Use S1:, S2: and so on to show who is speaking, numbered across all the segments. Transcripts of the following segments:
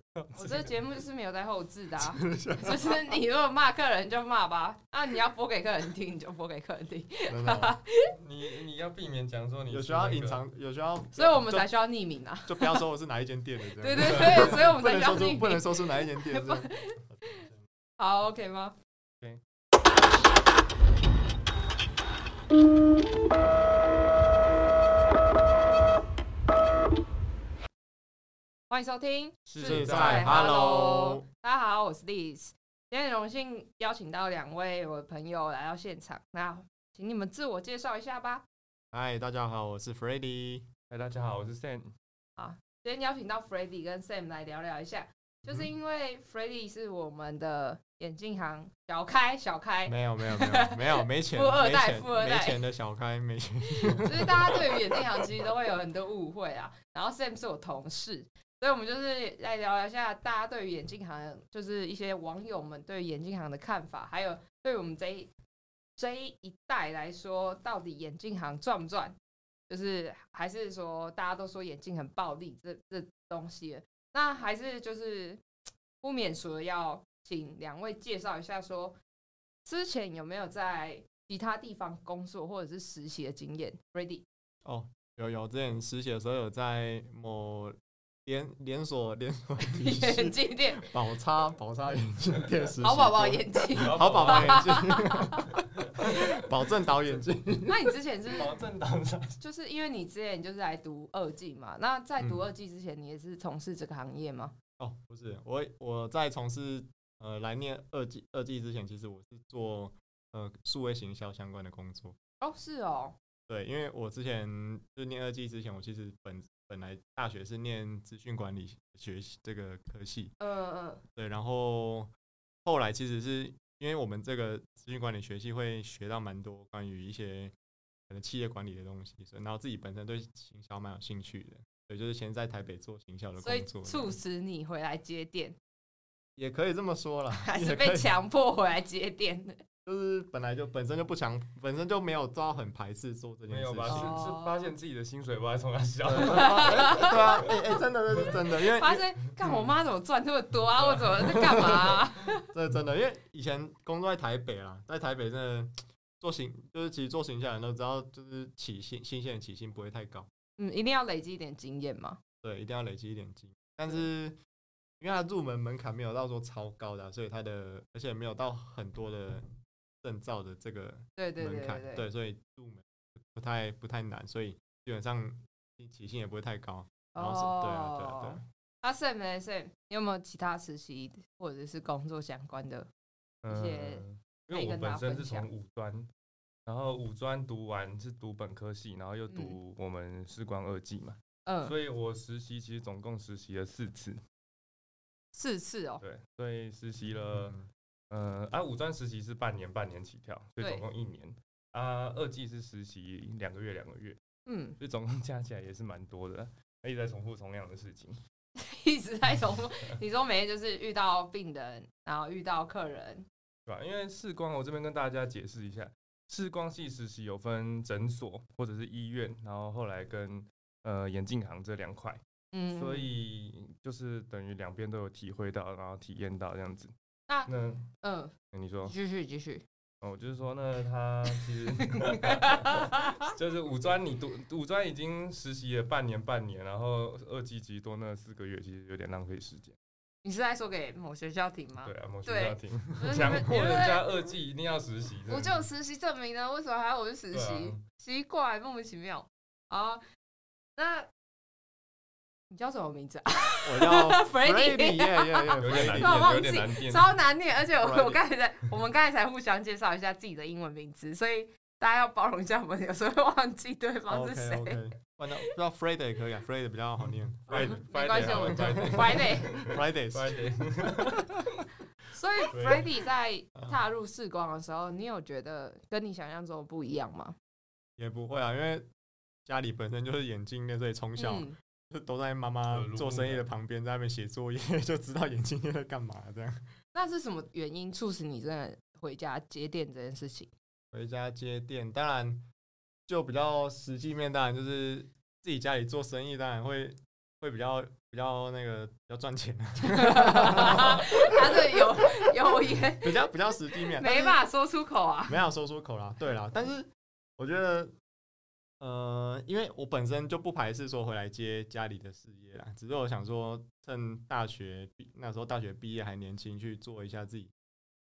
S1: 我这个节目就是没有在后置的、啊， 就是你如果骂客人就骂吧，啊，你要播给客人听你就播给客人听，
S2: 真的吗，
S3: 你你要避免讲说你
S2: 有
S3: 是
S2: 需要
S3: 那个
S2: 隐，藏，有需要，
S1: 所以我们才需要匿名啊。
S2: 就不要说我是哪一间店的这样，
S1: 对对对，所以我们
S2: 不
S1: 才
S2: 能
S1: 需要
S2: 说
S1: 匿
S2: 出不能
S1: 名。
S2: 说出哪一间店，这样
S1: 好，OK 吗？欢迎收听，
S2: 是
S3: 在
S2: Hello
S1: 大家好，我是 Liz。今天荣幸邀请到两位我的朋友来到现场，那请你们自我介绍一下吧。
S2: 嗨，大家好，我是 f r e d d y
S3: 哎，大家好，我是 Sam，
S1: 今天邀请到 f r e d d y 跟 Sam 来聊聊一下，就是因为 f r e d d y 是我们的眼镜行小开，小开，
S2: 没有没有没有没有没钱，
S1: 哎富二
S2: 没
S1: 代
S2: 钱
S1: 富二代
S2: 没钱的小开，没钱，
S1: 就是大家对于眼镜行其实都会有很多误会啊。然后 Sam 是我同事，所以我们就是来聊一下大家对于眼镜行，就是一些网友们对于眼镜行的看法，还有对我们这一这一代来说，到底眼镜行赚不赚？就是还是说大家都说眼镜很暴利这这东西，那还是就是不免说要请两位介绍一下说。之前有没有在其他地方工作或者是实习的经验？Ready？
S2: 哦，有有，之前实习的时候有在某连连锁连 锁体
S1: 眼
S2: 系
S1: 镜店，
S2: 宝叉宝叉眼镜店实习过，
S1: 好宝宝 眼镜。
S2: 好宝宝眼镜， 保证导眼镜，
S1: 那你之前是
S3: 保 证当上，
S1: 就是因为你之前就是来读二技嘛？那在读
S2: 嗯
S1: 二技之前，你也是从事这个行业吗？
S2: 哦，不是，我我在从事呃来念二技二技之前，其实我是做呃数位行销相关的工作。
S1: 哦，是哦，
S2: 对，因为我之前就念二技之前，我其实本本来大学是念资讯管理学习这个科系，
S1: 嗯嗯
S2: 对，然后后来其实是因为我们这个资讯管理学系会学到蛮多关于一些可能企业管理的东西，所以然后自己本身对行销蛮有兴趣的，对，就是先在台北做行销的
S1: 嗯，所以
S2: 工作这样，
S1: 促使你回来 接店，
S2: 也可以这么说啦，
S1: 还
S2: 也
S1: 是
S2: 可
S1: 被
S2: 以
S1: 强迫回来接店 的？
S2: 就是本来就本身就不强，本身就没有到很排斥做这件
S3: 没
S2: 事
S3: 有
S2: 情。
S3: 吧？是
S1: 哦
S3: 是发现自己的薪水不还从他 小，
S2: 对对啊，哎、哎、真的这是真的，因为
S1: 发现，看我妈怎么赚这么多啊？我怎么在干嘛啊？
S2: 这真的，因为以前工作在台北啦，在台北真的做行，就是其实做行销人都知道，就是起薪新鲜的起薪不会太高，
S1: 嗯，一定要累积一点经验嘛。
S2: 对，一定要累积一点经验。但是因为它入门门槛没有到说超高的啊、所以它的而且没有到很多的证照的这个
S1: 对对对
S2: 门槛，
S1: 对，
S2: 对，所以入门不太不太难，所以基本上起薪也不会太高。然后是对啊对啊对啊。
S1: 啊，Sam 呢？Sam，你有没有其他实习或者是工作相关的？
S3: 嗯
S1: 谢谢
S3: 因为我本身是从五专，然后五专读完是读本科系，然后又读我们士官二技嘛，
S1: 嗯，
S3: 所以我实习其实总共实习了四次，
S1: 四次哦，
S3: 对，所以实习了
S2: 嗯，
S3: 呃，啊，五专实习是半年半年起跳，所以
S1: 对
S3: 总共一年。啊，二技是实习两个月两个月，
S1: 嗯，
S3: 所以总共 加起来也是蛮多的，一直在重复同样的事情。
S1: 一直在重复。你说每天就是遇到病人，然后遇到客人，
S3: 对吧？因为视光，我这边跟大家解释一下，视光系实习有分诊所或者是医院，然后后来跟呃眼镜行这两块，
S1: 嗯，
S3: 所以就是等于两边都有体会到，然后体验到这样子。
S1: 那
S3: 那
S1: 嗯，
S3: 那你说，
S1: 继续继续，
S3: 哦，就是说 呢，他其实就是五专，你读五专已经实习了半年，半年，然后二级级多那四个月，其实有点浪费时间。
S1: 你是在说给某学校听吗
S3: 对？啊，某些
S1: 对
S3: 家庭
S1: 就是你
S3: 强
S1: 们
S3: 迫
S1: 你们
S3: 人家二技一定要实习，
S1: 我就有实习证明了，啊为什么还要我去实
S3: 对啊
S1: 习？奇怪，莫名其妙啊。那你叫什么名字啊？
S2: 我叫
S1: Freddy
S2: Freddy，耶耶 耶
S3: 有点
S2: ，Freddy，
S3: 难
S1: 我忘
S3: 念，有
S1: 记
S3: 点难念。
S1: 超难念，而且我
S2: Friday
S1: 我刚 才在我们刚才才互相介绍一下自己的英文名字，所以大家要包容一下，我们有时候会忘记对方是
S2: OK
S1: 谁。
S2: OK，反正不知道 Friday 也可以啊，Friday 比较好 念
S1: 没关系，
S2: 啊
S1: 我们就 Friday。
S2: ，Fridays。
S3: Friday
S1: 所以
S3: 对
S1: Freddy 在踏入视光的时候，你有觉得跟你想象中的不一样吗？
S2: 也不会啊，因为家里本身就是眼镜店，所以从小
S1: 嗯，
S2: 就都在妈妈
S3: 耳濡
S2: 做
S3: 目
S2: 生意的
S3: 染
S2: 旁边，在那边写 作业，就知道眼镜店在干嘛。这样
S1: 那是什么原因促使你真的回家接店这件事 情？
S2: 回家接店，当然就比较实际面，当然就是自己家里做生意，当然会会比较比较那个比较赚钱，啊
S1: 他是有 有言
S2: 比较比较实际面，
S1: 没
S2: 法
S1: 法说出口啊。
S2: 没有说出口啦。对啦，但是我觉得，呃，因为我本身就不排斥说回来接家里的事业啦，只是我想说趁大学毕那时候大学毕业还年轻，去做一下自己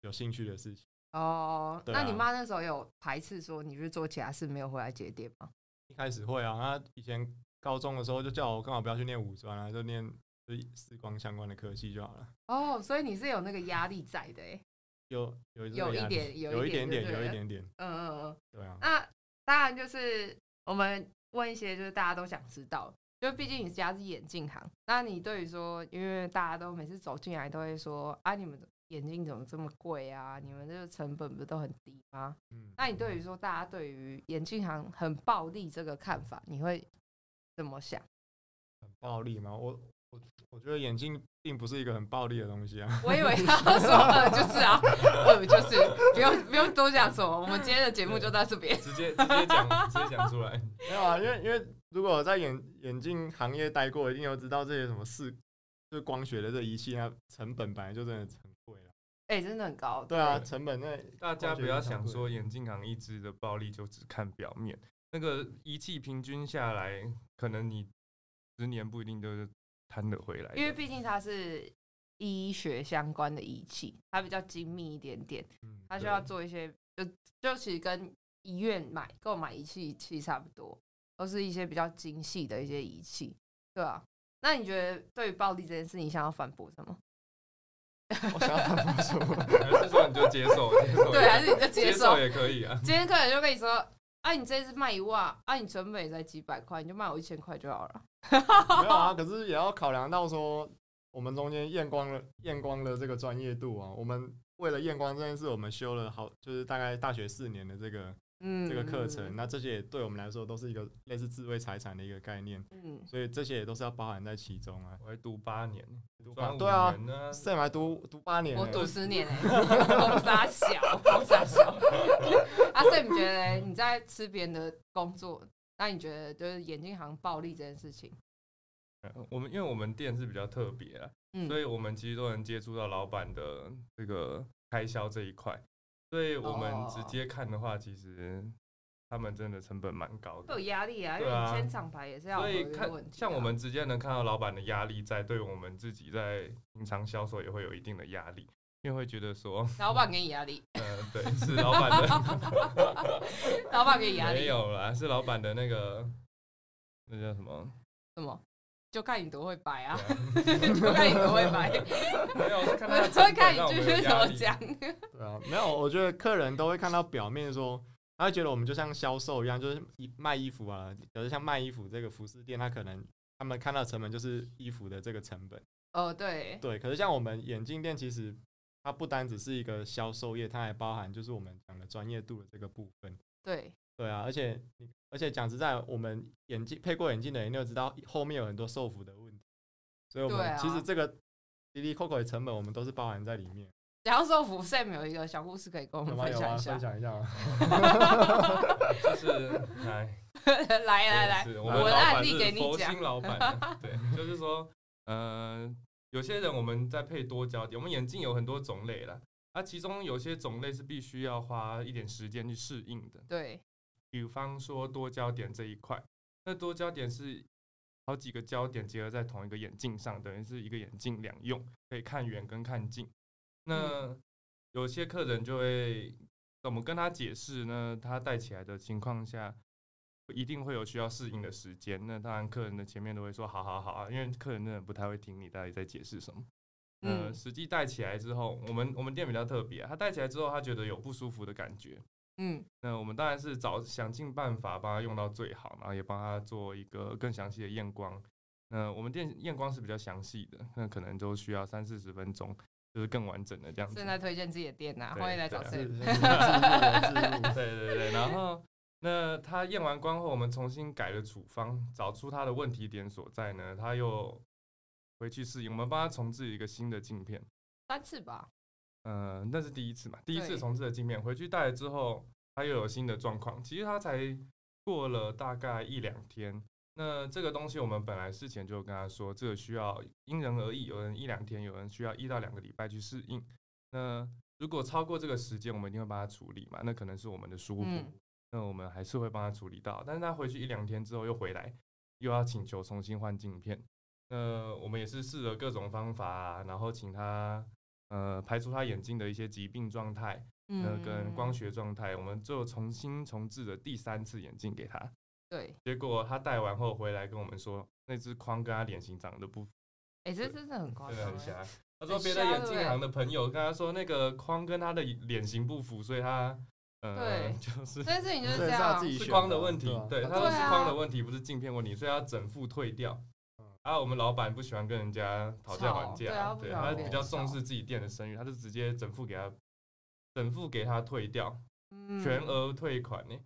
S2: 有兴趣的事情。
S1: 哦，
S2: 对啊
S1: 那你妈那时候有排斥说你去做其他事没有回来接爹吗？
S2: 一开始会啊，那以前高中的时候就叫我干嘛不要去念五专啊，就念就是视光相关的科系就好了。
S1: 哦，所以你是有那个压力在的哎。
S2: 有有这个
S1: 有一
S2: 压力
S1: 点有
S2: 有
S1: 一
S2: 一
S1: 点
S2: 点
S1: 就
S2: 点
S1: 对
S2: 有一
S1: 了
S2: 点点，
S1: 嗯嗯嗯。
S2: 对啊，
S1: 那当然就是我们问一些就是大家都想知道，就毕竟你家是眼镜行，那你对于说，因为大家都每次走进来都会说啊，你们眼镜怎么这么贵啊？你们这个成本不都很低吗？
S2: 嗯。
S1: 那你对于说大家对于眼镜行很暴利这个看法，你会怎么想？
S2: 暴力吗？我我我觉得眼镜并不是一个很暴力的东西啊。
S1: 我以为他要说呃就是啊， 呃就是，不用不用多讲什么，我们今天的节目就到这边。
S3: 直接直接讲直接讲出来，
S2: 没有啊，因为因为如果在眼眼镜行业待过，一定有知道这些什么视就是光学的这仪器，那成本本来就真的很贵了。
S1: 哎、真的很高，
S2: 对啊，成本那
S3: 大家不要想说眼镜行一支的暴利就只看表面，那个仪器平均下来，可能你十年不一定都是摊得回来的。
S1: 因为毕竟它是医学相关的仪器，它比较精密一点点，
S2: 嗯，
S1: 它需要做一些，就就其实跟医院买购买仪器其实差不多，都是一些比较精细的一些仪器，对啊。那你觉得对于暴力这件事，你想要反驳什么？
S2: 我想要反驳什么？
S3: 还是说你就接受接受也，
S1: 对，
S2: 啊
S1: 还是你就
S3: 接
S1: 接受？
S3: 也可以啊。
S1: 今天客人就跟你说。啊，你这次卖一万，啊，你成本也才几百块，你就卖我一千块就好了。
S2: 没有啊，可是也要考量到说我们中间验光了验光的这个专业度啊，我们。为了验光这件事，我们修了好，就是大概大学四年的这个
S1: 嗯，
S2: 这个课程，，那这些也对我们来说都是一个类似智慧财产的一个概念，
S1: 嗯，
S2: 所以这些也都是要包含在其中啊。
S3: 我还读八年，读
S2: 八
S3: 八
S2: 对啊
S3: 五年呢，
S2: 圣来读读八年欸，
S1: 我赌 十年哎、欸，公杀小，公杀小。 阿 Sam，你觉得嘞你在吃别人的工作，那你觉得就是眼镜行暴力这件事情，
S3: 我们因为我们店是比较特别啊，
S1: 嗯
S3: 所以我们其实都能接触到老板的这个开销这一块，所以我们
S1: 哦
S3: 直接看的话，其实他们真的成本蛮高
S1: 会有
S3: 的。
S1: 压力啊？因
S3: 对
S1: 为
S3: 啊
S1: 你签厂牌也是要
S3: 所以
S1: 有合约
S3: 看
S1: 问题啊
S3: 像我们直接能看到老板的压力在，对我们自己在平常销售也会有一定的压力，因为会觉得说，
S1: 老板给你压力，
S3: 呃，对，是老板的
S1: 老板给你 压
S3: 没
S1: 力，
S3: 有啦，是老板的那个那叫 什么？
S1: 什么？就看你多会摆啊，
S3: 对啊
S1: 就看你多会 摆，
S3: 没有，是看他的成
S1: 就
S3: 本
S1: 看
S3: 让
S1: 你
S3: 我
S1: 继
S3: 们
S1: 续
S3: 有
S1: 怎
S3: 压
S1: 么
S3: 力
S1: 讲。
S2: 对啊，没有，我觉得客人都会看到表面说，他会觉得我们就像销售一样，就是一卖衣服啊，可是像卖衣服这个服饰店，他可能他们看到成本就是衣服的这个成本，
S1: 哦，对，
S2: 对，可是像我们眼镜店其实。它不单只是一个销售业，它还包含就是我们讲的专业度的这个部分。
S1: 对，
S2: 对啊，而且你而且讲实在，我们眼镜配过眼镜的人，你有知道后面有很多售服的问题，所以我
S1: 对
S2: 们
S1: 啊
S2: 其实这个滴滴扣扣的成本，我们都是包含在里面。
S1: 然后说服 Sam 有一个小故事可以跟我
S2: 有
S1: 们
S2: 吗？
S1: 分
S2: 有
S1: 享
S2: 吗？
S3: 啊
S1: 一
S2: 分
S1: 下，
S2: 享一下吗？
S3: 就是哎来。
S1: 来 来来，
S3: 是
S1: 我
S3: 们
S1: 的
S3: 老
S1: 案
S3: 板
S1: 例
S3: 是
S1: 给你
S3: 佛
S1: 讲
S3: 心老板，啊对，就是说，呃，有些人我们在配多焦点，我们眼镜有很多种类啦，啊，其中有些种类是必须要花一点时间去适应的，
S1: 对，
S3: 比方说多焦点这一块，那多焦点是好几个焦点结合在同一个眼镜上，等于是一个眼镜两用，可以看远跟看近。那有些客人就会怎么跟他解释呢？他戴起来的情况下，一定会有需要适应的时间。那当然，客人的前面都会说“好好好”啊，因为客人真的不太会听你到底在解释什么。
S1: 嗯
S3: 嗯，实际戴起来之后，我们我们店比较特别、啊，他戴起来之后，他觉得有不舒服的感觉，
S1: 嗯
S3: 那我们当然是找想尽办法帮他用到最好，然后也帮他做一个更详细的验光。那我们店验光是比较详细的，那可能都需要三四十分钟，就是更完整的这样子
S1: 正。在推荐自己的店呐、
S3: 对
S1: 欢迎来找
S3: 对啊
S2: 是
S1: Sam
S2: 是。是是
S3: 对对对，然后那他验完光后，我们重新改了处方，找出他的问题点所在呢，他又回去适应，我们帮他重置一个新的镜片。
S1: 三次吧。
S3: 呃，那是第一次嘛，第一次
S1: 对
S3: 重置的镜片，回去戴了之后，他又有新的状况。其实他才过了大概一两天，那这个东西我们本来事前就有跟他说，这个需要因人而异，有人一两天，有人需要一到两个礼拜去适应。那如果超过这个时间，我们一定会帮他处理嘛，那可能是我们的疏忽，
S1: 嗯
S3: 那我们还是会帮他处理到。但是他回去一两天之后又回来，又要请求重新换镜片。那我们也是试了各种方法啊、然后请他呃排除他眼睛的一些疾病状态，那
S1: 嗯
S3: 跟光学状态，我们就重新重置了第三次眼镜给他。
S1: 对，
S3: 结果他戴完后回来跟我们说，那只框跟他脸型长得不
S1: 哎，这真的很夸
S3: 真的
S1: 张
S3: 啊很
S1: 欸，
S3: 瞎。他说别的
S1: 瞎
S3: 眼
S1: 对
S3: 镜行的朋友跟他说，那个框跟他的脸型不符，所以他呃
S1: 对
S3: 就是
S1: 这件事情就是
S4: 对
S1: 这
S4: 是他
S1: 样
S4: 自，己
S3: 是
S4: 选
S3: 光
S4: 的
S3: 的
S4: 啊
S3: 问题
S4: 对啊，
S3: 对，
S4: 他
S3: 他
S1: 自
S3: 说
S1: 己
S3: 是
S1: 选
S3: 光
S1: 的
S3: 的问题，不是镜片问题，所以他整副退掉
S2: 嗯。
S3: 啊，我们老板不喜欢跟人家讨价还
S1: 吵对啊
S3: 价，
S1: 不
S3: 对，
S1: 喜欢
S3: 他
S1: 跟
S3: 比
S1: 人
S3: 较重
S1: 吵
S3: 视自己店的声誉，他就直接整副给他整副给他退掉。
S1: 嗯
S3: 全额退款呢、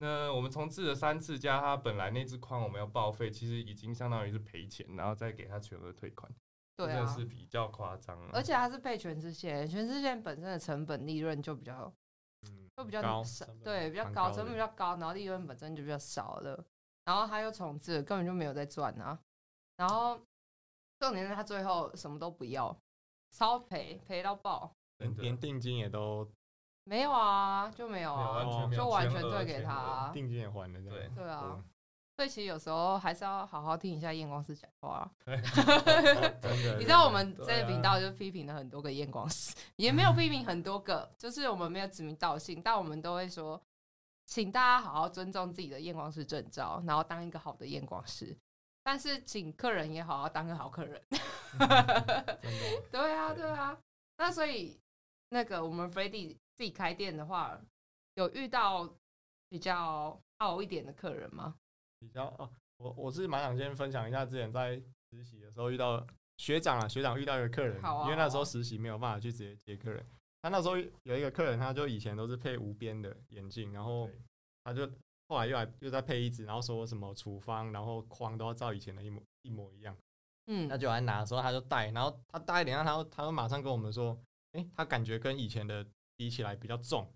S3: 那我们重置了三次，加他本来那只框我们要报废，其实已经相当于是赔钱，然后再给他全额退款，
S1: 对
S3: 真的
S1: 啊，
S3: 是比较夸张啊了。
S1: 而且它是配全支线，全支线本身的成本利润就比较
S2: 嗯，
S1: 就比较
S2: 高，
S1: 少
S2: 成本
S1: 对，比较
S2: 蛮
S1: 高，
S2: 高
S1: 成
S2: 的
S1: 本比较高，然后利润本身就比较少了，然后他又重置，根本就没有在赚啊。然后重点是他最后什么都不要，超赔赔到爆，
S3: 真
S2: 连
S3: 的
S2: 连定金也都
S1: 没有啊，就没有
S3: 没有
S1: 啊，
S3: 完全没有
S1: 就完
S3: 全
S1: 全
S3: 额哦
S1: 退给
S3: 全
S1: 他、
S3: 额
S1: 啊。
S2: 定金也还了，这样
S1: 对啊
S2: 嗯
S1: 所以其实有时候还是要好好听一下验光师讲话啊、
S2: 真的，
S1: 你知道我们这
S3: 对
S1: 个
S3: 啊
S1: 频道就批评了很多个验光师， 也没有批评很多个，就是我们没有指名道姓，但我们都会说，请大家好好尊重自己的验光师证照，然后当一个好的验光师。但是请客人也好好当个好客人。
S2: 真的
S1: 对啊，
S2: 对
S1: 对啊。那所以那个我们 Freddy 自己开店的话，有遇到比较傲一点的客人吗？
S2: 比较哦，我我是蛮想先分享一下之前在实习的时候遇到学长啊，学长遇到一个客人，
S1: 好啊
S2: 因为那时候实习没有办法去直接接客人。他那时候有一个客人，他就以前都是配无边的眼镜，然后
S3: 对
S2: 他就后来又来又再配一只，然后说什么处方，然后框都要照以前的一模一模一样。他
S1: 嗯，
S2: 就来拿的时候，他就戴，然后他戴一点，然后他他就马上跟我们说，诶，他感觉跟以前的比起来比较重，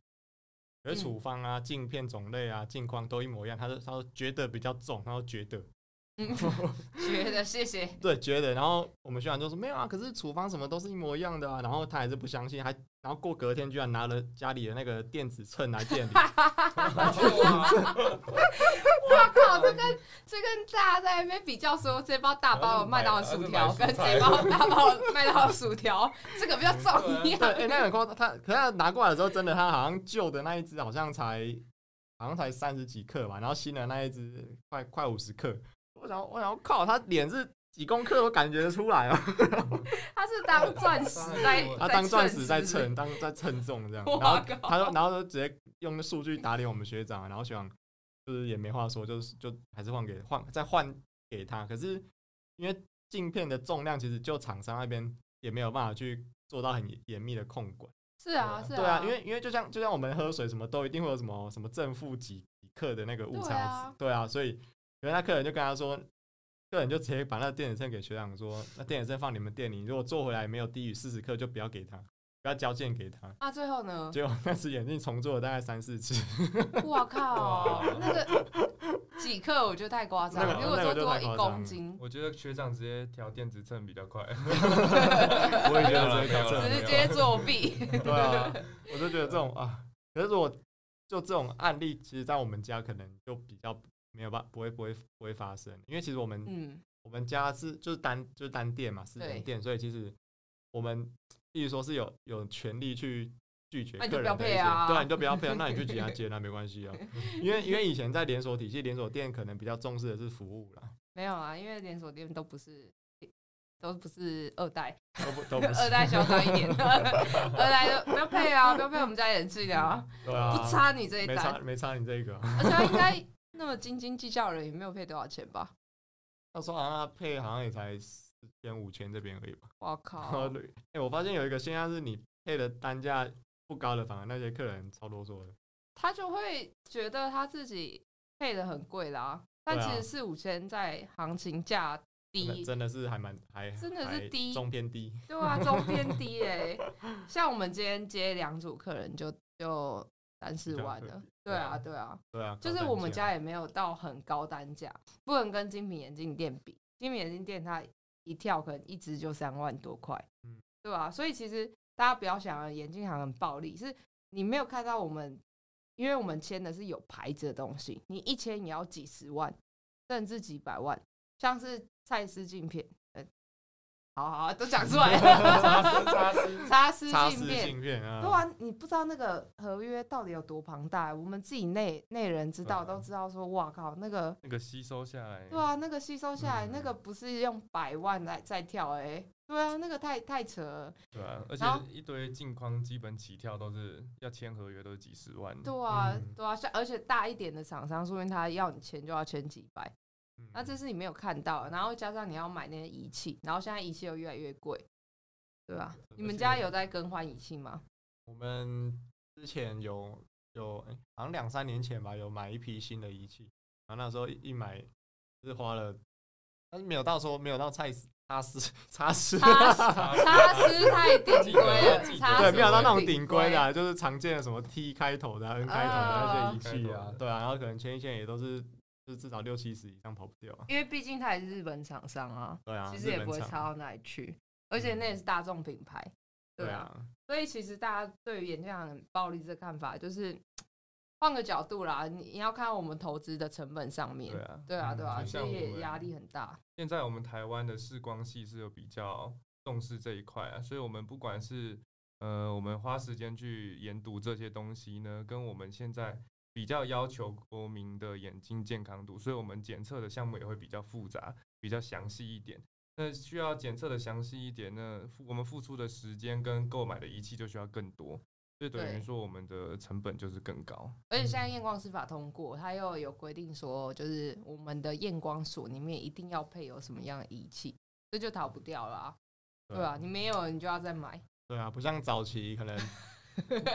S2: 而
S1: 嗯
S2: 处方啊、镜片种类啊、镜框都一模一样，他就他说觉得比较重，他说觉得，
S1: 嗯， 觉得谢谢。
S2: 对，觉得。然后我们学长就说没有啊，可是处方什么都是一模一样的啊，然后他还是不相信，还然后过隔天居然拿了家里的那个电子秤来店里，
S1: 我靠，这跟这跟大家在那边比较说，这包大包的麦当劳薯 条跟这包大包的麦当劳薯条， 这个比较重
S2: 对，
S1: 要。
S2: 哎、那很夸张，他可是他拿过来的时候，真的他好像旧的那一只好像才好像才三十几克吧，然后新的那一只快快五十克。我想我想靠，他脸是几公克，我感觉得出来啊。
S1: 它是当钻石 在，
S2: 他当钻石在称，当在称重 这样，然
S1: 我
S2: 后他
S1: 靠，
S2: 就然后就直接用数据打脸我们学长，然后学长就是也没话说，就是就还是换给换再换给他。可是因为镜片的重量，其实就厂商那边也没有办法去做到很严严密的控管。
S1: 是啊是
S2: 对啊，因为因为就像就像我们喝水什么都一定会有什么什么正负几几克的那个误
S1: 对
S2: 差
S1: 啊
S2: 值，对啊，所以原来客人就跟他说，客人就直接把那个电子秤给学长说，那电子秤放你们店里，如果做回来没有低于四十克就不要给他，不要交件给他。
S1: 那啊最后呢？
S2: 结果那只眼镜重做了大概三四次，
S1: 我靠，那个几克我觉得太夸张了，如果说多一公斤，
S3: 我觉 得学长直接调电子秤比较快，
S2: 我也觉得这
S3: 没
S2: 个
S3: 有
S2: 搞
S3: 啦没有
S2: 错，
S3: 啦
S1: 直接作弊。
S2: 对 啊，我就觉得这种啊，可是如果就这种案例，其实在我们家可能就比较没有办不会不会不会发生，因为其实我们
S1: 嗯，
S2: 我们家是就是单就是单店嘛，私
S1: 对
S2: 人店，所以其实我们例如说是有有权利去拒绝
S1: 那你
S2: 客
S1: 就不要
S2: 人的一
S1: 配
S2: 些，
S1: 啊
S2: 对、你就不要配、啊，那你去 其他接那没关系啊，因为因为以前在连锁体系，连锁店可能比较重视的是服务啦，
S1: 没有啊，因为连锁店都不是都不是二代。
S2: 都不都不
S1: 二
S2: 是，
S1: 代嚣张一点，二代就不要配啊，不要配我们家人质量啊，
S2: 对
S1: 不
S2: 啊，
S1: 差你这一
S2: 没
S1: 单
S2: 差，没差你这个啊，
S1: 而且他应该 那么斤斤计较的人也没有配多少钱吧？
S2: 他说好像他配好像也才四千五千这边而已吧，
S1: 我
S2: 然
S1: 靠
S2: 后，哎、我发现有一个现象是你配的单价不高的，反而那些客人超啰嗦的，
S1: 他就会觉得他自己配的很贵啦，但
S2: 对啊
S1: 其实四五千在行情价
S2: 真的
S1: 低，
S2: 真的是还蛮还
S1: 真的是
S2: 还
S1: 低
S2: 中偏低。
S1: 对啊，中偏低哎、像我们今天接两组客人就就三四万
S3: 比较
S1: 了
S3: 合。
S1: 对啊，
S3: 啊
S1: 对啊，
S2: 对啊，
S1: 就是
S2: 高单
S1: 我们
S2: 价
S1: 家也没有到很高单价，不能跟精品眼镜店比。精品眼镜店它一跳可能一只就三万多块，
S2: 嗯
S1: 对吧、所以其实大家不要想眼镜行很暴利，是你没有看到我们，因为我们签的是有牌子的东西，你一签也要几十万，甚至几百万，像是蔡司镜片，呃，好好好都讲出来 了，
S3: 扎丝
S1: 擦丝
S2: 擦
S1: 镜
S2: 丝
S1: 片，
S2: 镜片啊，
S1: 对啊，你不知道那个合约到底有多庞大，我们自己内内人知道
S3: 嗯
S1: 都知道说，哇靠，那个
S3: 那个吸收下来，
S1: 对啊，那个吸收下来，那
S2: 嗯
S1: 个不是用百万来在跳哎、对啊，那个太太扯了，
S3: 对啊，而且
S1: 然后
S3: 一堆镜框基本起跳都是要签合约都是几十万，
S1: 对啊，
S2: 嗯
S1: 对啊，像而且大一点的厂商，说明他要你钱就要签几百，
S2: 嗯
S1: 那这是你没有看到的，然后加上你要买那些仪器，然后现在仪器又越来越贵，对吧、
S2: 真的
S1: 你们
S2: 是
S1: 家有在更换仪器 吗？
S2: 我们之前有有、诶好像两三年前吧，有买一批新的仪器，然后那时候一一买就是花了，但是没有到说没有到菜丝擦丝 擦丝，
S1: 擦丝
S3: 啊
S1: 差师太顶规了，
S3: 记得
S1: 差
S2: 对，
S1: 师
S2: 没有到那种
S1: 太
S2: 顶规的、啊，就是常见的什么 T 开头的、啊、N 开头的那些仪器
S3: 啊
S2: 啊，对啊，然后可能牵一线也都是就是至少六七十以上跑不掉，
S1: 因为毕竟它也是日本厂商啊，
S2: 对啊，
S1: 其实也
S2: 日
S1: 不会
S2: 本
S1: 差
S2: 厂，
S1: 到哪里去，而且那也是大众品牌，对
S2: 对
S1: 啊，
S2: 啊，
S1: 所以其实大家对于眼镜行很暴力这看法，就是换个角度啦，你你要看我们投资的成本上面
S3: 对，啊。
S1: 对啊，
S2: 嗯
S1: 对啊，
S3: 就
S1: 其
S3: 像
S1: 实
S3: 我
S1: 也
S3: 们
S1: 压力很大，
S3: 现在我们台湾的视光系是有比较重视这一块啊，所以我们不管是呃，我们花时间去研读这些东西呢，跟我们现在比较要求国民的眼睛健康度，所以我们检测的项目也会比较复杂、比较详细一点。那需要检测的详细一点，那付我们付出的时间跟购买的仪器就需要更多，所以等
S1: 对
S3: 于说我们的成本就是更高。
S1: 而且现在验光师法通过，它又有规定说，就是我们的验光所里面一定要配有什么样的仪器，这就逃不掉了啊，对啊，你没有你就要再买。
S2: 对啊，不像早期可能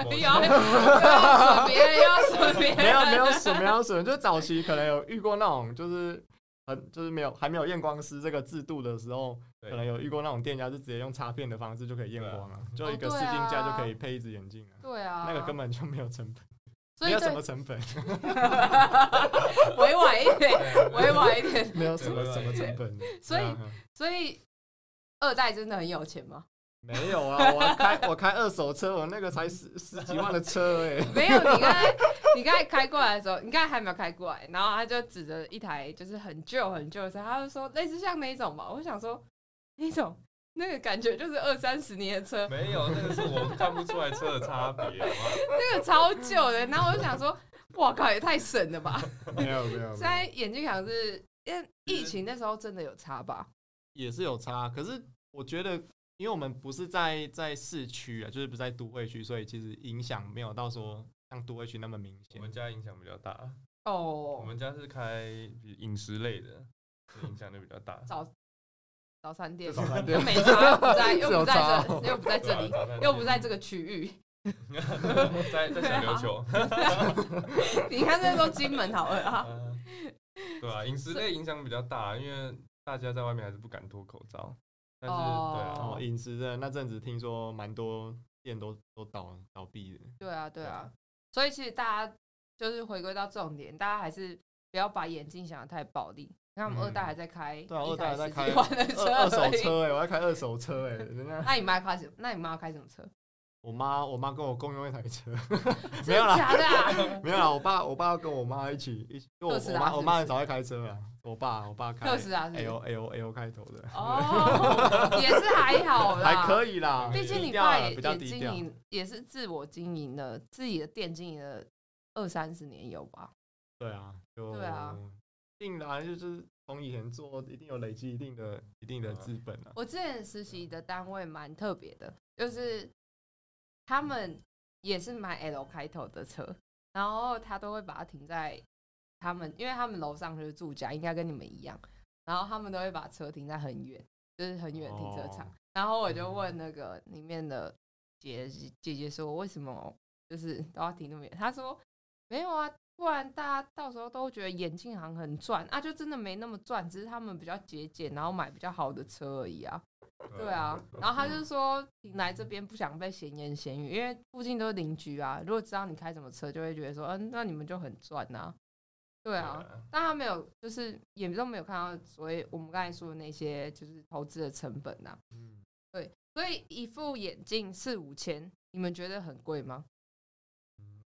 S2: 某
S1: 你要要损别人，要损别人，
S2: 没有没有什么没有什 么，就是早期可能有遇过那种就是。很就是没有还没有验光师这个制度的时候，
S3: 对
S2: 可能有遇过那种店家是直接用擦片的方式就可以验光了、就一个
S1: 哦
S2: 试
S1: 对
S2: 镜
S1: 啊
S2: 架就可以配一只眼镜了、
S1: 对啊，
S2: 那个根本就没有成本，
S1: 所
S2: 没
S1: 以
S2: 有
S1: 对
S2: 什么成 本，
S1: 委婉一点，委婉一点。
S2: 没有什么
S3: 对
S2: 什么成本，
S1: 所以
S2: 对啊
S1: 所以二代真的很有钱吗？
S2: 没有啊，我开我开二手车，我那个才十十几万的车哎、
S1: 没有，你刚才你刚才开过来的时候，你刚才还没有开过来，然后他就指着一台就是很旧很旧的车，他就说类似像那一种吧。我想说那种那个感觉就是二三十年的车，
S3: 没有，那个是我看不出来车的差别，好不好
S1: 那个超旧的。然后我就想说，哇靠，也太省了吧！
S2: 没有没有，没有
S1: 现在眼镜好像是因为
S2: 嗯
S1: 疫情那时候真的有差吧？
S2: 也是有差，可是我觉得，因为我们不是在在市区啊，就是不在都会区，所以其实影响没有到说像都会区那么明
S3: 我
S2: 显
S3: 们。家影响比较大。我
S1: 哦，。
S3: 们家是开比饮食类的，所以影响就比较大
S1: 早早餐店，
S2: 早餐
S1: 又
S2: 店
S1: 没差，不 在，又不
S2: 有
S1: 在
S2: 差
S1: 这，又不在这里，
S3: 里
S1: 又不在这个区域。
S3: 在在小琉球，
S1: 你看那时候金门好了啊，
S3: 嗯对啊，饮食类影响比较大，因为大家在外面还是不敢脱口罩。但是对
S2: 然
S3: 啊
S1: 哦，
S2: 后饮食的那阵子听说蛮多店都都倒倒闭的，
S1: 对啊，对啊。所以其实大家就是回归到重点，大家还是不要把眼镜想的太暴力。你看我们
S3: 嗯
S1: 二代还在开，
S2: 对啊
S1: 一
S2: 二代还在开
S1: 十几万的车
S2: 二二手
S1: 而已。
S2: 车哎、我要开二手车哎、人家
S1: 那你妈开什？那你妈开什么车？
S2: 我妈我妈跟我共用一台车，没
S1: 真
S2: 有
S1: 的
S2: 啦
S1: 假的啊？
S2: 没有啦，我爸我爸跟我妈一起一起，因为我
S1: 特
S2: 我
S1: 斯拉
S2: 妈
S1: 是
S2: 我
S1: 不
S2: 妈
S1: 是
S2: 很少会开车啊，我爸我 爸开
S1: 特斯拉啊是不是
S2: L L L 开头的，
S1: 哦， 也是还好啦，
S2: 还可以啦，
S1: 啊毕竟
S2: 低
S1: 你
S2: 调
S1: 爸
S2: 啦
S1: 也
S2: 比较
S1: 也
S2: 低
S1: 经
S2: 调。
S1: 营，也是自我经营了自己的店经营了二三十年有吧？
S2: 对啊，就
S1: 对啊，
S2: 定啦、就是从以前做，一定有累积一定的一定的资本啊。
S1: 我之前实习的单位蛮特别的，就是他们也是买 L 开头的车，然后他都会把它停在他们，因为他们楼上就是住家，应该跟你们一样，然后他们都会把车停在很远，就是很远的停车场。
S2: 哦
S1: 然后我就问那个里面的姐姐姐姐说，为什么就是都要停那么远？她说没有啊，不然大家到时候都觉得眼镜行很赚啊，就真的没那么赚，只是他们比较节俭，然后买比较好的车而已啊。对 啊，然后他就说你来这边不想被闲言闲语，因为附近都是邻居啊。如果知道你开什么车，就会觉得说，嗯、那你们就很赚呐、啊。对
S3: 对
S1: 啊，
S3: 啊，
S1: 但他没有，就是也都没有看到所谓我们刚才说的那些就是投资的成本呐、啊。
S2: 嗯，
S1: 对，所以一副眼镜四五千，你们觉得很贵吗？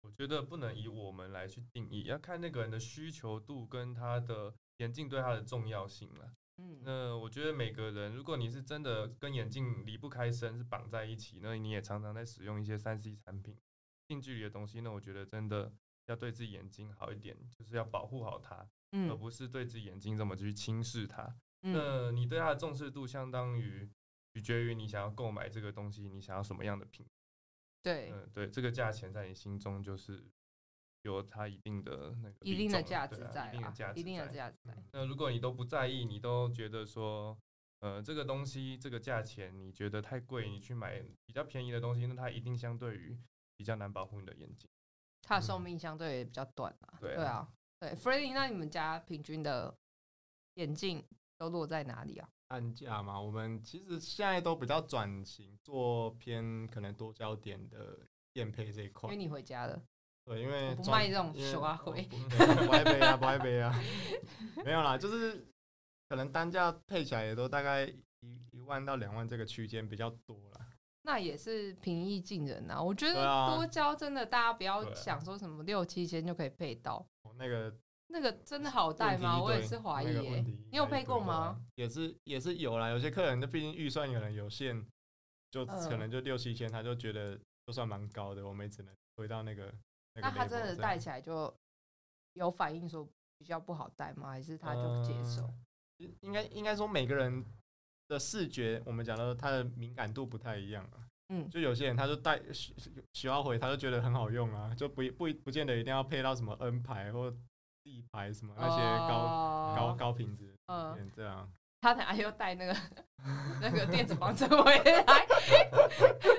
S3: 我觉得不能以我们来去定义，要看那个人的需求度跟他的眼镜对他的重要性了。
S1: 嗯，
S3: 那我觉得每个人，如果你是真的跟眼镜离不开身，是绑在一起，那你也常常在使用一些三 C 产品、近距离的东西，那我觉得真的要对自己眼睛好一点，就是要保护好它，而
S1: 嗯
S3: 不是对自己眼睛这么去轻视它。
S1: 嗯
S3: 呃那你对它的重视度，相当于取决于你想要购买这个东西，你想要什么样的品。
S1: 对
S3: 嗯、，对，这个价钱在你心中就是有它一定的那个
S1: 一
S3: 比
S1: 定的
S3: 重啊
S1: 价
S3: 对
S1: 值
S3: 啊
S1: 在
S3: 一定的
S1: 啦
S3: 价值，
S1: 一定的
S3: 在
S1: 价值在。
S3: 那如果你都不在意，你都觉得说，呃，这个东西这个价钱你觉得太贵，你去买比较便宜的东西，那它一定相对于比较难保护你的眼睛。
S1: 它的寿命相对也比较短啊。
S3: 对啊
S1: 对啊，对 f r e d d y 那你们家平均的眼镜都落在哪里啊？
S2: 按价嘛，我们其实现在都比较转型做偏可能多焦点的验配这一
S1: 因
S2: 块
S1: 为，你回家了，
S2: 对，因
S1: 我
S2: 为
S1: 不
S2: 专
S1: 卖这种
S2: 因为哦
S1: 小阿灰。
S2: 不爱背啊，不爱背 啊，没有啦，就是可能单价配起来也都大概一一万到两万这个区间比较多啦。
S1: 那也是平易近人啊。我觉
S2: 对
S1: 得
S2: 啊
S1: 多交真的，大家不
S3: 对
S1: 要
S3: 啊
S1: 想说什么六七千就可以配到，
S2: 我哦那个
S1: 那个真的好
S2: 问
S1: 戴
S2: 题
S1: 吗？
S2: 一
S1: 我也
S2: 堆
S1: 是怀疑
S2: 那个问
S1: 耶。
S2: 题
S1: 你有
S2: 一堆
S1: 配过吗？
S2: 也是也是有啦，有些客人就毕竟预算可能有限，就
S1: 嗯
S2: 可能就六七千，他就觉得就算蛮高的，我们也只能回到那个那个
S1: 那
S2: level 这样。
S1: 他真的戴起来就有反应说比较不好戴吗？还是他就接受？
S2: 呃应该应该说每个人的视觉，我们讲到他的敏感度不太一样啊。
S1: 嗯
S2: 就有些人他就 戴徐徐浩回，他就觉得很好用啊，就不不不见得一定要配到什么 N 牌或 D 牌什么那些嗯高、高
S1: 高
S2: 高品质。
S1: 哦嗯
S2: 嗯，这样
S1: 他等下又带那个那个电子防尘回来，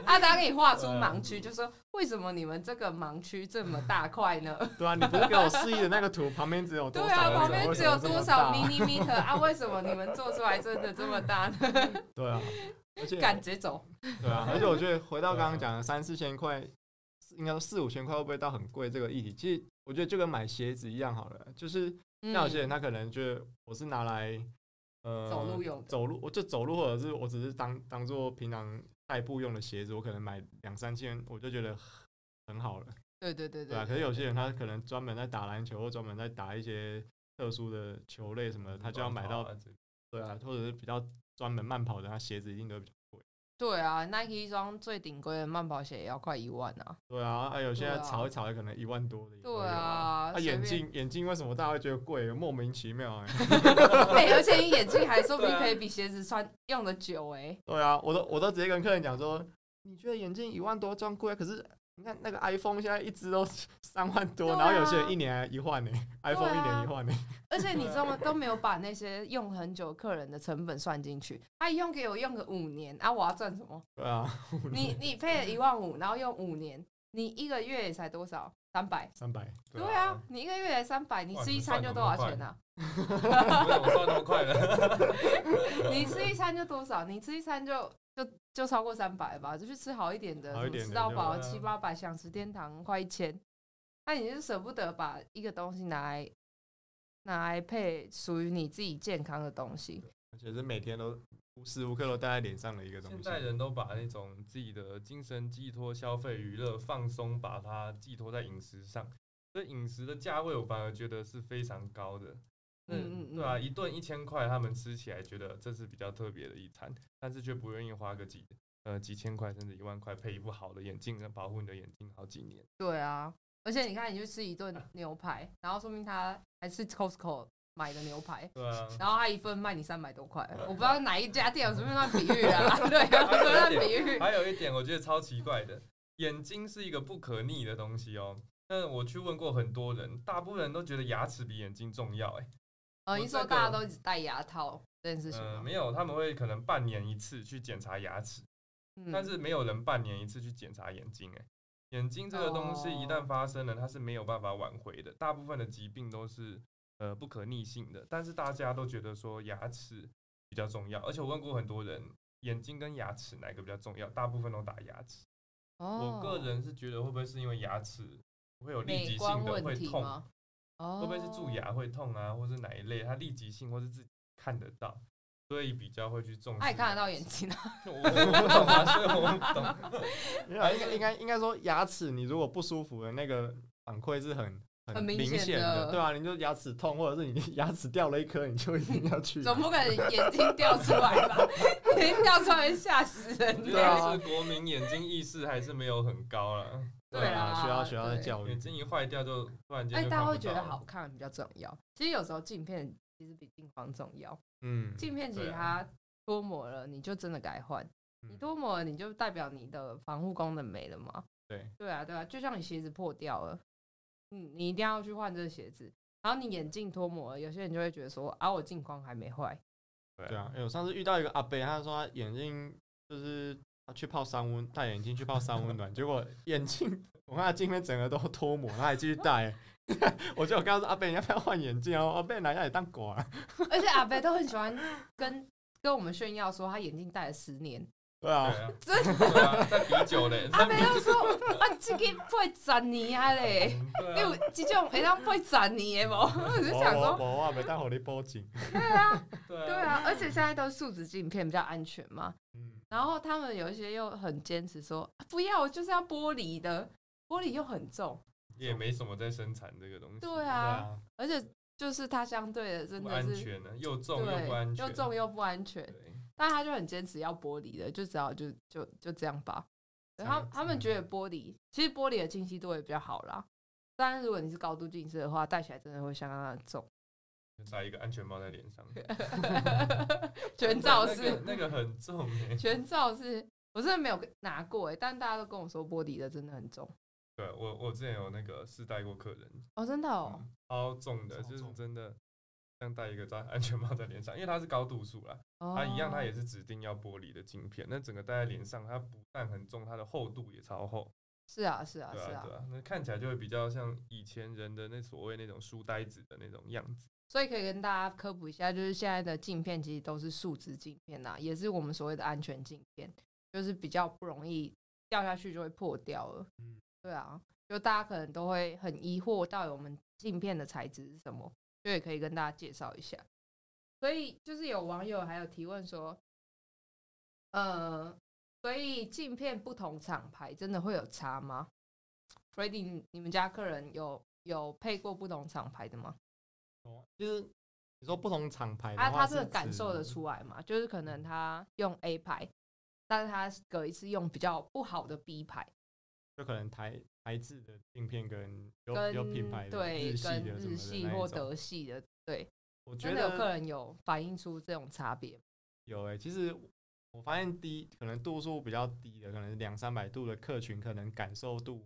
S1: 他等下给你画
S2: 嗯
S1: 出盲区，就说为什么你们这个盲区这么大块呢？
S2: 对啊，你不是给我示意的那个图旁边只有
S1: 对
S2: 多少
S1: 啊，
S2: 人
S1: 旁边只有多
S2: 为
S1: 少？
S2: 什么这么
S1: mini meter 啊？为什么你们做出来真的这么大呢？
S2: 大 对啊，而且
S1: 赶直接走，
S2: 对啊，而且我觉得回到刚刚讲的三四千块，应该说四五千块会不会到很贵这个议题？其实我觉得就跟买鞋子一样好了，就是
S1: 嗯
S2: 像有些人他可能觉得我是拿来呃
S1: 走路用的
S2: 走路我就走路，或者是我只是当当做平常代步用的鞋子，我可能买两三千，我就觉得很好了，
S1: 对对对
S2: 对啊。可是有些人他可能专门在打篮球，或专门在打一些特殊的球类什
S1: 嗯
S2: 么的，他就要买到对啊，或者是比较专门慢跑的，他鞋子一定都会比较贵。
S1: 对啊，Nike 一双最顶规的慢跑鞋也要快一万啊！
S2: 对啊，啊有些
S1: 对啊
S2: 炒一炒也可能一万多的也都有。
S1: 对啊，
S2: 啊，
S1: 随便
S2: 眼，镜眼镜为什么大家会觉得贵？莫名其妙哎、
S1: 哎，而且你眼镜还说不定
S3: 对啊
S1: 可以比鞋子穿用的久哎，
S2: 对啊，我都我都直接跟客人讲说，你觉得眼镜一万多装贵啊，可是你看那个 iPhone 现在一只都 三万多，
S1: 对啊
S2: 然后有些人一年还一换呢、i p h o n e
S1: 对
S2: 一
S1: 啊
S2: 年一换呢、
S1: 而且你知道吗？都没有把那些用很久客人的成本算进去。他一用给我用个五年啊，我要赚什么？
S2: 对啊，
S1: 你你配了一万五，然后用五年，你一个月也才多少？三百。
S2: 三百。
S1: 对啊，，你一个月才三百，你吃一餐就多少钱啊？
S3: 没有我算那么快 的，
S1: 你吃一餐就多少？你吃一餐就就就超过三百吧，就去吃好一点的，
S2: 好一
S1: 什么
S2: 点
S1: 吃
S2: 的
S1: 到
S2: 就
S1: 饱
S3: 对啊
S1: 七八百，想吃天堂快一千。那你是舍不得把一个东西拿来拿来配属于你自己健康的东西，
S2: 而且是每天都无时无刻都戴在脸上的一个东西。
S3: 现在人都把那种自己的精神寄托、消费、娱乐、放松，把它寄托在饮食上。所以饮食的价位，我反而觉得是非常高的。
S1: 嗯嗯嗯
S3: 对啊，一顿一千块，他们吃起来觉得这是比较特别的一餐，但是却不愿意花个几呃几千块甚至一万块配一副好的眼镜，能保护你的眼睛好几年。
S1: 对啊，而
S3: 嗯
S1: 且你看，你去吃一顿牛排，然后说明他还是 Costco 买的牛排，
S3: 对啊，
S1: 然后他一份卖你三百多块，我不知道哪一家店有什么乱比喻啊， 对啊，随便乱比 喻，
S3: 还有一点我觉得超奇怪的，眼睛是一个不可逆的东西哦。那我去问过很多人，大部分人都觉得牙齿比眼睛重要、哎，
S1: 呃，
S3: 我
S1: 你说
S3: 这个
S1: 大家都一直戴牙套这件事情啊
S3: 嗯、
S1: 吗，
S3: 没有，他们会可能半年一次去检查牙齿，
S1: 嗯
S3: 但是没有人半年一次去检查眼睛、哎，眼睛这个东西一旦
S1: 哦
S3: 发生了，它是没有办法挽回的。大部分的疾病都是呃不可逆性的，但是大家都觉得说牙齿比较重要，而且我问过很多人，眼睛跟牙齿哪个比较重要？大部分都打牙齿。
S1: 哦
S3: 我个人是觉得会不会是因为牙齿会有立
S1: 美
S3: 即
S1: 观
S3: 性的
S1: 问
S3: 会
S1: 题
S3: 痛，
S1: 吗？哦，
S3: 会不会是蛀？牙会痛啊，或是哪一类？它立即性或是自己看得到，所以比较会去重视。
S1: 爱看得到眼，睛啊，
S3: 我我不懂啊，所以我不懂。
S2: 没有啊应该应该应该说牙齿，你如果不舒服的那个反馈是很
S1: 很明
S2: 明
S1: 显
S2: 显
S1: 的
S2: 对啊，你就牙齿痛，或者是你 牙齿掉了一颗，你就一定要去啊。
S1: 总不可能眼睛掉出来吧？ 眼睛掉出来会吓死人
S3: 觉
S2: 对啊
S1: 的。
S3: 得是国民眼睛意识还是没有很高了，
S1: 对啊
S2: 啊，学校学校在
S1: 对
S2: 教育
S3: 眼，睛一坏掉就突然间
S1: 哎，
S3: 就
S1: 大家
S3: 看不
S1: 会觉得
S3: 到了
S1: 好，看比较重要。其实有时候镜片其实比镜框重要，
S2: 嗯，
S1: 镜片其实
S3: 对啊
S1: 它脱模了，你就真的该换。你
S2: 嗯
S1: 脱模了，你就代表你的防护功能没了嘛？
S2: 对，
S1: 对啊，对啊，就像你鞋子破掉了，嗯，你一定要去换这个鞋子。然后你眼镜脱模了，有些人就会觉得说啊，我镜框还没坏，
S2: 对啊，哎、我上次遇到一个阿伯，他说他眼镜就是他去泡三温，戴眼镜去泡三温暖，结果眼镜我看他镜片整个都脱模，他还继续戴、 我就有跟他说阿伯，你要不要换眼镜啊？阿伯拿下来当狗啊？
S1: 而且阿伯都很喜欢跟跟我们炫耀说他眼镜戴了十年，
S2: 对
S3: 对
S2: 啊，
S3: 啊，
S1: 真的，
S3: 对啊，在比酒嘞，
S1: 阿
S3: 在
S1: 伯
S3: 比
S1: 都说啊，这个不会粘泥啊 嘞，
S3: 对
S1: 你有
S3: 啊，
S1: 这种会当不会粘泥的无？我就想
S2: 我
S1: 说，
S2: 我我阿伯戴好你报警，
S3: 对
S1: 对啊，而且现在都是树脂镜片比较安全嘛，
S2: 嗯，
S1: 然后他们有一些又很坚持说、啊不要，我就是要玻璃的，玻璃又很重。
S3: 也没什么在生产这个东西，
S1: 对
S2: 对
S1: 啊，
S2: 啊，
S1: 而且就是它相对的真
S3: 不
S1: 的
S3: 安
S1: 是
S3: 全呢，又重又不安
S1: 对
S3: 全，
S1: 又重又不安全，
S3: 对，
S1: 但他就很坚持要玻璃的，就只好就就就这样吧。然
S3: 这
S1: 后
S3: 样
S1: 他们觉得玻璃其实玻璃的清晰度也比较好啦，但是如果你是高度近视的话，戴起来真的会相当的 重。
S3: 就戴一个安全帽在脸 上，
S1: 全罩
S3: 那个
S1: 式，
S3: 那个很重哎，
S1: 全罩式，我真的没有拿过哎、但大家都跟我说玻璃的真的很重
S3: 对我我之前有那个试戴过客人，
S1: 哦，真的哦，
S3: 嗯超重的，
S2: 超
S3: 就是
S2: 重
S3: 真的像戴一个戴安全帽在脸上，因为它是高度数啦，
S1: 哦
S3: 嗯啊
S1: 嗯
S3: 它一样，它也是指定要玻璃的镜片，那整个戴在脸上，它不但很重，它的厚度也超厚，
S1: 是啊是啊
S3: 对
S1: 是啊，
S3: 啊对啊，那看起来就会比较像以前人的那所谓那种书呆子的那种样子。
S1: 所以可以跟大家科普一下，就是现在的镜片其实都是树脂镜片呐、也是我们所谓的安全镜片，就是比较不容易掉下去就会破掉了。
S2: 嗯
S1: 对啊，就大家可能都会很疑惑到底我们镜片的材质是什么，就也可以跟大家介绍一下。所以就是有网友还有提问说，呃，所以镜片不同厂牌真的会有差吗 f r e d d y 你你们家客人有有配过不同厂牌的吗？
S2: 哦就是你说不同厂牌的
S1: 他
S2: 话
S1: 他
S2: 是
S1: 这个啊感
S2: 指
S1: 受得出来嘛？就是可能他用 A 牌，但是他隔一次用比较不好的 B 牌，
S2: 就可能台台制的镜片跟有
S1: 跟
S2: 有品牌的
S1: 对
S2: 日系的
S1: 跟
S2: 什么的
S1: 日系
S2: 那一
S1: 或
S2: 种
S1: 德系的，对，
S2: 我觉
S1: 真的有客
S2: 得
S1: 人有反映出这种差别。
S2: 有诶、欸其实我发现低可能度数比较低的，可能两三百度的客群，可能感受度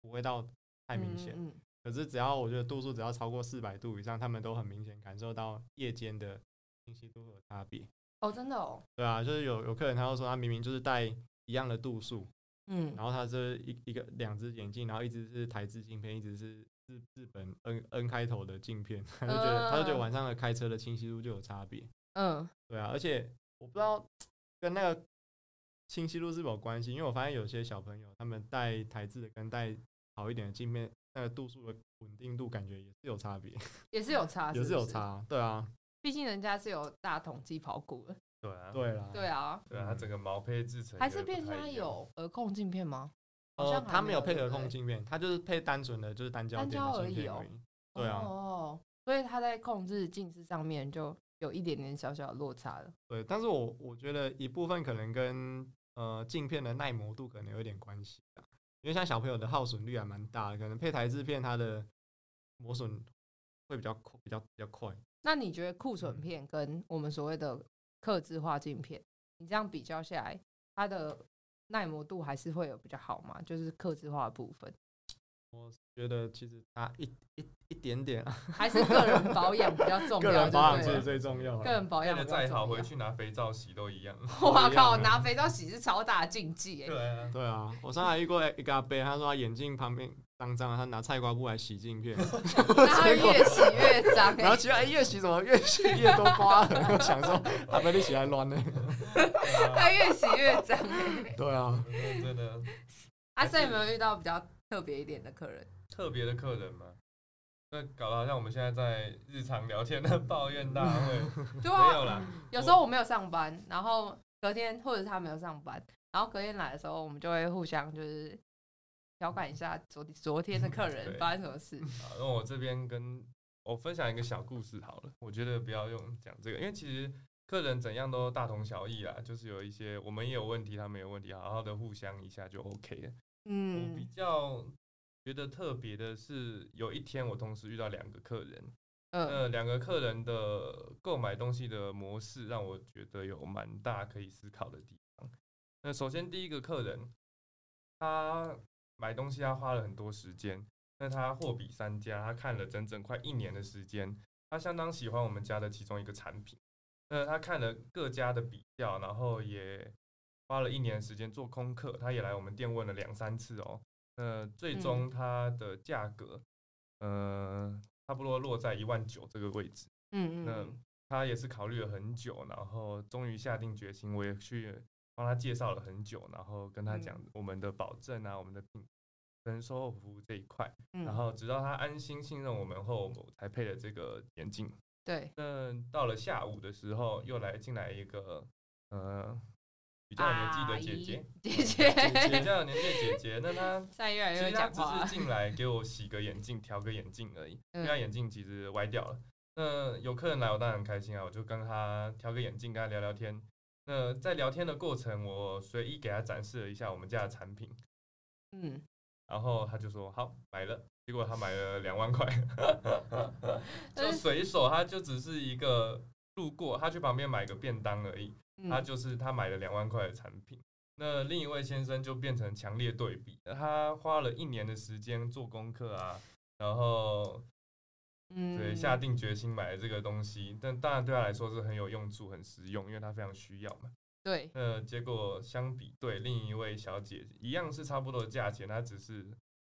S2: 不会到太明显。
S1: 嗯，嗯嗯
S2: 可是只要我觉得度数只要超过四百度以上，他们都很明显感受到夜间的清晰度有差别。
S1: 哦，真的哦，
S2: 对啊，就是有有客人他就说他明明就是戴一样的度数，
S1: 嗯
S2: 然后他这一一个两只眼镜，然后一只是台制镜片，一只是日日本 N N 开头的镜片，他就觉得、他就觉得晚上的开车的清晰度就有差别。
S1: 嗯，
S2: 对啊，而且我不知道跟那个清晰度是否有关系，因为我发现有些小朋友他们戴台制的跟戴好一点的镜片，那个度数的稳定度感觉也是有差别，
S1: 也是有差，
S2: 也是有
S1: 不，
S2: 差。对啊，
S1: 毕竟人家是有大统计跑股
S2: 哎
S1: 的，
S3: 对啊，
S2: 对啦，
S1: 对啊，
S3: 对啊，它整个毛坯制成
S1: 还是
S3: 变
S1: 变它有额控镜片吗？好
S2: 呃，
S1: 像
S2: 他
S1: 还
S2: 没
S1: 有
S2: 有配
S1: 对
S2: 合
S1: 不对
S2: 控镜片，他就是配单纯的就是单焦
S1: 单
S2: 点
S1: 焦
S2: 的
S1: 而
S2: 镜
S1: 已
S2: 片
S1: 哦
S2: 而已。对啊，
S1: 哦，所以他在控制近视上面就有一点点小小的落差了。
S2: 对，但是我我觉得一部分可能跟呃镜片的耐磨度可能有点关系啊，因为像小朋友的耗损率还蛮大的，可能配台制片它的磨损会比较快比较比较快。
S1: 那你觉得库存
S2: 嗯
S1: 片跟我们所谓的刻制化镜片，你这样比较下来，它的耐磨度还是会有比较好吗？就是刻制化的部分。
S2: 我觉得其实差一一一点点啊，
S1: 还是个人保养比较重要。
S2: 个人保养其
S1: 就对
S2: 实
S1: 哦了
S2: 最重要
S1: 个
S2: 了。
S1: 人保
S3: 变
S1: 养
S3: 得
S1: 比较
S3: 再
S1: 重要
S3: 好，回去拿肥皂洗都一样。
S1: 哇
S2: 一样
S1: 靠，
S2: 啊
S1: 拿肥皂洗是超大禁忌哎。
S3: 对啊，
S2: 对啊，我上来遇过一个阿伯，他说他眼镜旁边脏脏的，他拿菜瓜布来洗镜片，
S1: 那会越洗越脏
S2: 然后
S1: 哎。
S2: 其实哎越洗怎么越洗越多疤痕， 我想说阿伯你洗来乱呢？
S3: 对 啊
S1: 它越洗越脏 哎。
S2: 对啊，
S3: 真的
S1: 阿森有没有遇到比较特别一点的客人？
S3: 特别的客人嘛。那搞得好像我们现在在日常聊天的抱怨大 会，
S1: 对
S3: 没
S1: 啊，
S3: 有啦。
S1: 有时候我没有上班，然后隔天或者他没有上班，然后隔天来的时候，我们就会互相就是调侃一下昨昨天的客人
S3: 对
S1: 发生什么事。
S3: 好那我这边跟我分享一个小故事好了。我觉得不要用讲这个，因为其实客人怎样都大同小异啦，就是有一些我们也有问题，他们也有问题，好好的互相一下就 OK 了。我比
S1: 嗯
S3: 较觉得特别的是，有一天我同时遇到两个客人，
S1: 嗯
S3: 呃，两个客人的购买东西的模式让我觉得有蛮大可以思考的地方。那首先第一个客人，他买东西他花了很多时间，那他货比三家，他看了整整快一年的时间，他相当喜欢我们家的其中一个产品。那他看了各家的比较，然后也花了一年时间做功课，他也来我们店问了两三次哦。那
S1: 嗯
S3: 最终它的价格，呃，差不多落在一万九这个位置。
S1: 嗯
S3: 那
S1: 嗯，
S3: 他也是考虑了很久，然后终于下定决心，我也去帮他介绍了很久，然后跟他讲
S1: 嗯
S3: 我们的保证啊，我们的品跟售后服务这一块，
S1: 嗯
S3: 然后直到他安心信任我们后，我才配了这个眼镜。
S1: 对，
S3: 那到了下午的时候，又来进来一个呃比较有年纪的姐姐，
S1: 姐姐，
S3: 比较有年纪的姐姐，那她
S1: 现在越来
S3: 其
S1: 越
S3: 实
S1: 会
S3: 他
S1: 讲
S3: 只
S1: 话
S3: 是
S1: 了。
S3: 进来给我洗个眼镜、调个眼镜而已，因为他
S1: 嗯
S3: 眼镜其实歪掉了。那有客人来，我当然很开心啊，我就跟他调个眼镜，跟他聊聊天。那在聊天的过程，我随意给他展示了一下我们家的产品，
S1: 嗯，
S3: 然后他就说好买了，结果他买了两万块， 就
S1: 但是
S3: 随手他就只是一个路过，他去旁边买个便当而已，他
S1: 嗯
S3: 就是他买了两万块的产品。那另一位先生就变成强烈对比，他花了一年的时间做功课啊，然后
S1: 嗯
S3: 对下定决心买了这个东西，但当然对他来说是很有用处、很实用，因为他非常需要嘛。
S1: 对，
S3: 那结果相比对另一位小姐一样是差不多的价钱，她只是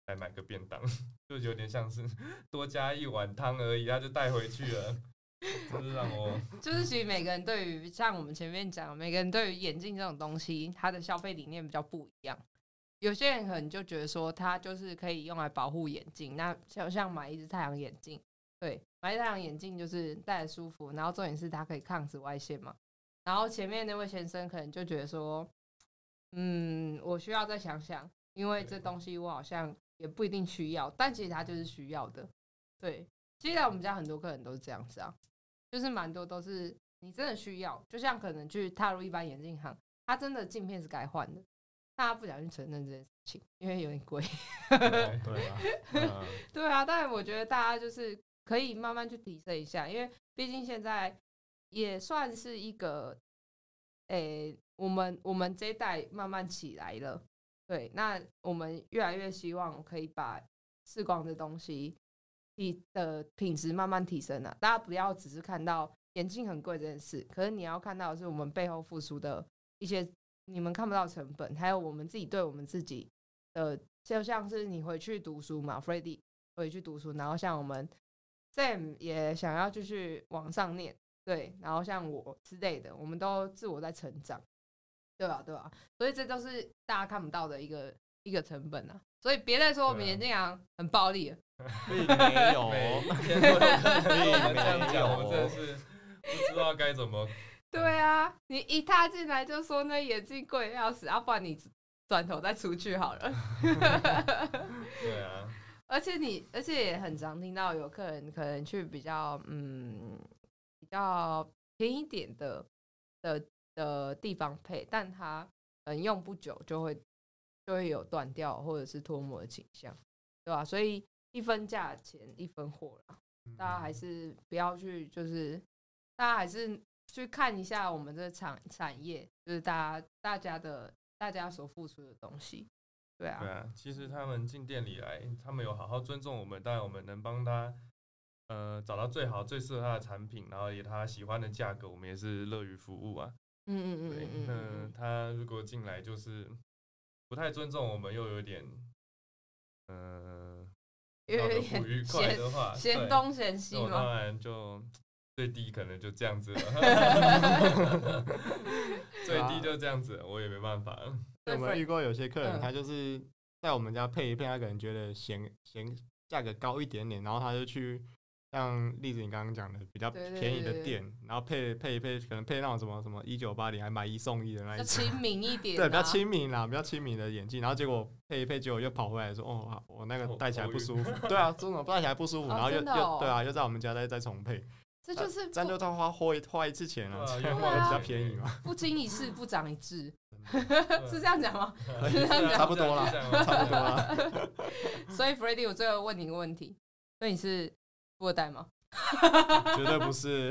S3: 来买个便当， 就有点像是 多加一碗汤而已，她就带回去了， 就是让 我
S1: 就是其实每个人对于像我们前面讲，每个人对于眼镜这种东西，他的消费理念比较不一样。有些人可能就觉得说，它就是可以用来保护眼睛，那像像买一只太阳眼镜，对，买一只太阳眼镜就是戴着舒服，然后重点是它可以抗紫外线嘛。然后前面那位先生可能就觉得说，嗯，我需要再想想，因为这
S3: 对
S1: 东西我好像也不一定需要，但其实它就是需要的，对。其实在我们家很多客人都是这样子啊，就是蛮多都是你真的需要，就像可能去踏入一般眼镜行，它真的镜片是该换的，但他不想去承认这件事情，因为有点贵。
S3: 对
S2: 对啊，嗯
S1: 对啊，但我觉得大家就是可以慢慢去提升一下，因为毕竟现在也算是一个，诶、我们我们这一代慢慢起来了，对，那我们越来越希望可以把视光的东西提的品质慢慢提升了、啊大家不要只是看到眼镜很贵这件事，可是你要看到的是我们背后付出的一些你们看不到的成本，还有我们自己对我们自己的，就像是你回去读书嘛 f r e d d y 回去读书，然后像我们 Sam 也想要继续往上念，对，然后像我之类的，我们都自我在成长，对吧、对吧、啊所以这都是大家看不到的一个一个成本啊。所以别再说我们
S3: 对啊嗯
S1: 眼镜行很暴力了，
S2: 并没有，哦
S3: 每一天都有客人跟我们这样
S2: 没有
S3: 讲，我真的是不知道该怎么
S1: 对啊，你一踏进来就说那眼镜贵得要死，要、不然你转头再出去好了。
S3: 对啊，
S1: 而且你，而且也很常听到有客人可能去比较嗯比较便宜一点的的的地方配，但它可能用不久就会就会有断掉或者是脱模的倾向，对吧、所以一分价钱一分货啦，大家还是不要去，就是大家还是去看一下我们这个产产业，就是大家大家的大家所付出的东西。对啊，
S3: 对啊，其实他们进店里来，他们有好好尊重我们，当然我们能帮他，呃，找到最好、最适合他的产品，然后以他喜欢的价格，我们也是乐于服务啊。
S1: 嗯嗯
S3: 对
S1: 嗯，嗯
S3: 那
S1: 嗯
S3: 他如果进来就是不太尊重我们，又有点，嗯、
S1: 嗯，
S3: 闹
S1: 有
S3: 得
S1: 一
S3: 不愉
S1: 点
S3: 快
S1: 嫌
S3: 的话，
S1: 嫌
S3: 对
S1: 东嫌西
S3: 那我
S1: 嘛，
S3: 当然就最低可能就这样 子了，最低就这样子了，我也没办法。
S2: 对
S1: 对
S2: 我们遇过有些客
S1: 嗯
S2: 人，他就是在我们家配一配，他可能觉得嫌嫌价格高一点点，然后他就去像例子你刚刚讲的比较
S1: 对对
S2: 便宜的
S1: 对对
S2: 店，然后配配一配，可能配那种什么什么一九八零还买一送一的那一
S1: 就
S2: 种，
S1: 亲民一点、啊，
S2: 对，比较亲民啦，比较亲民的眼镜，然后结果配一配，结果又跑回来说，哦，啊我那个
S3: 头
S2: 戴起来
S3: 头
S2: 不
S3: 晕
S2: 舒服，对啊，这种戴起来不舒服，
S1: 哦
S2: 然后又
S1: 真的哦
S2: 又对啊，又在我们家再再重配，
S1: 这就是不
S2: 这样就再花花一花一次钱啊，
S3: 对 啊
S2: 这样
S1: 又花
S2: 比较
S3: 钱
S2: 便宜嘛，
S1: 不经一事不长一智， 是
S3: 是
S1: 这样讲吗？
S3: 样
S1: 是这样讲
S2: 差不多啦差不多。啦。
S1: 所以 Freddy，我最后问你一个问题，所以你是富二代吗？
S2: 绝对不是，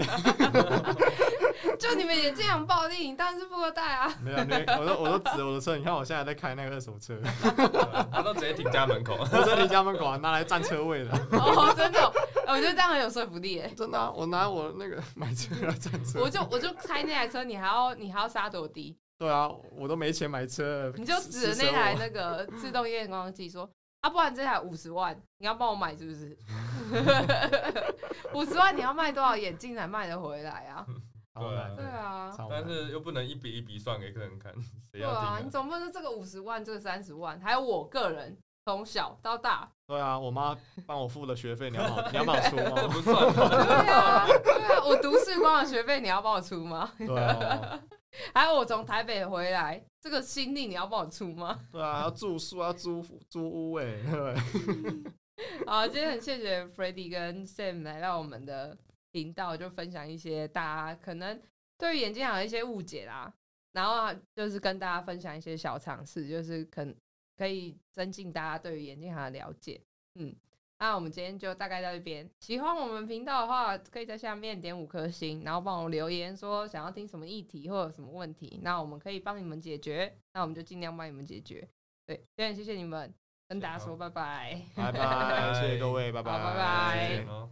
S1: 就你们眼镜行暴力，你当然是富二代啊！
S2: 没有，没有我都我都指我的车，你看我现在在开那个二手车，
S3: 啊他都直接停家 门口。
S2: 我在你家门口啊拿来占车位的，
S1: 哦，真的哦、 哎我觉得这样很有说服力耶。
S2: 真的啊，我拿我那个买车来占车
S1: 我，就我就开那台车，你还要你还要杀多低，
S2: 对啊，我都没钱买车，
S1: 你就指着那
S2: 台
S1: 台那个自动验光机说啊，不然这台五十万，你要帮我买是不是？五十万你要卖多少眼镜才卖得回来啊？
S2: 好难
S1: 对
S2: 的，
S1: 啊，
S2: 超难
S3: 但
S2: 的
S3: 是又不能一笔一笔算给客人看，谁
S1: 对
S3: 要
S1: 啊，你
S3: 听、啊？
S1: 总不能说这个五十万，这个三十万，还有我个人从小到大，
S2: 对啊，我妈帮我付了学费，你要帮我你要帮我出
S3: 这
S2: 吗？
S3: 不算吧，
S1: 对啊，对啊，我读视光的学费你要帮我出吗？
S2: 对啊，
S1: 还有我从台北回来这个心力你要帮我出吗？
S2: 对啊，要住宿要租租屋哎、对 不对？
S1: 好，今天很谢谢 Freddy 跟 Sam 来到我们的频道，就分享一些大家可能对于眼镜行的一些误解啦，然后啊就是跟大家分享一些小常识，就是可能可以增进大家对于眼镜行的了解。嗯，那我们今天就大概到这边。喜欢我们频道的话，可以在下面点五颗星，然后帮我留言说想要听什么议题或者什么问题，那我们可以帮你们解决，那我们就尽量帮你们解决。对，今天谢谢你们，跟大家说拜拜。哦
S2: 拜拜，谢谢各位，拜
S1: 好拜
S2: 拜，
S1: 拜
S2: 谢
S3: 再
S2: 谢
S3: 见哦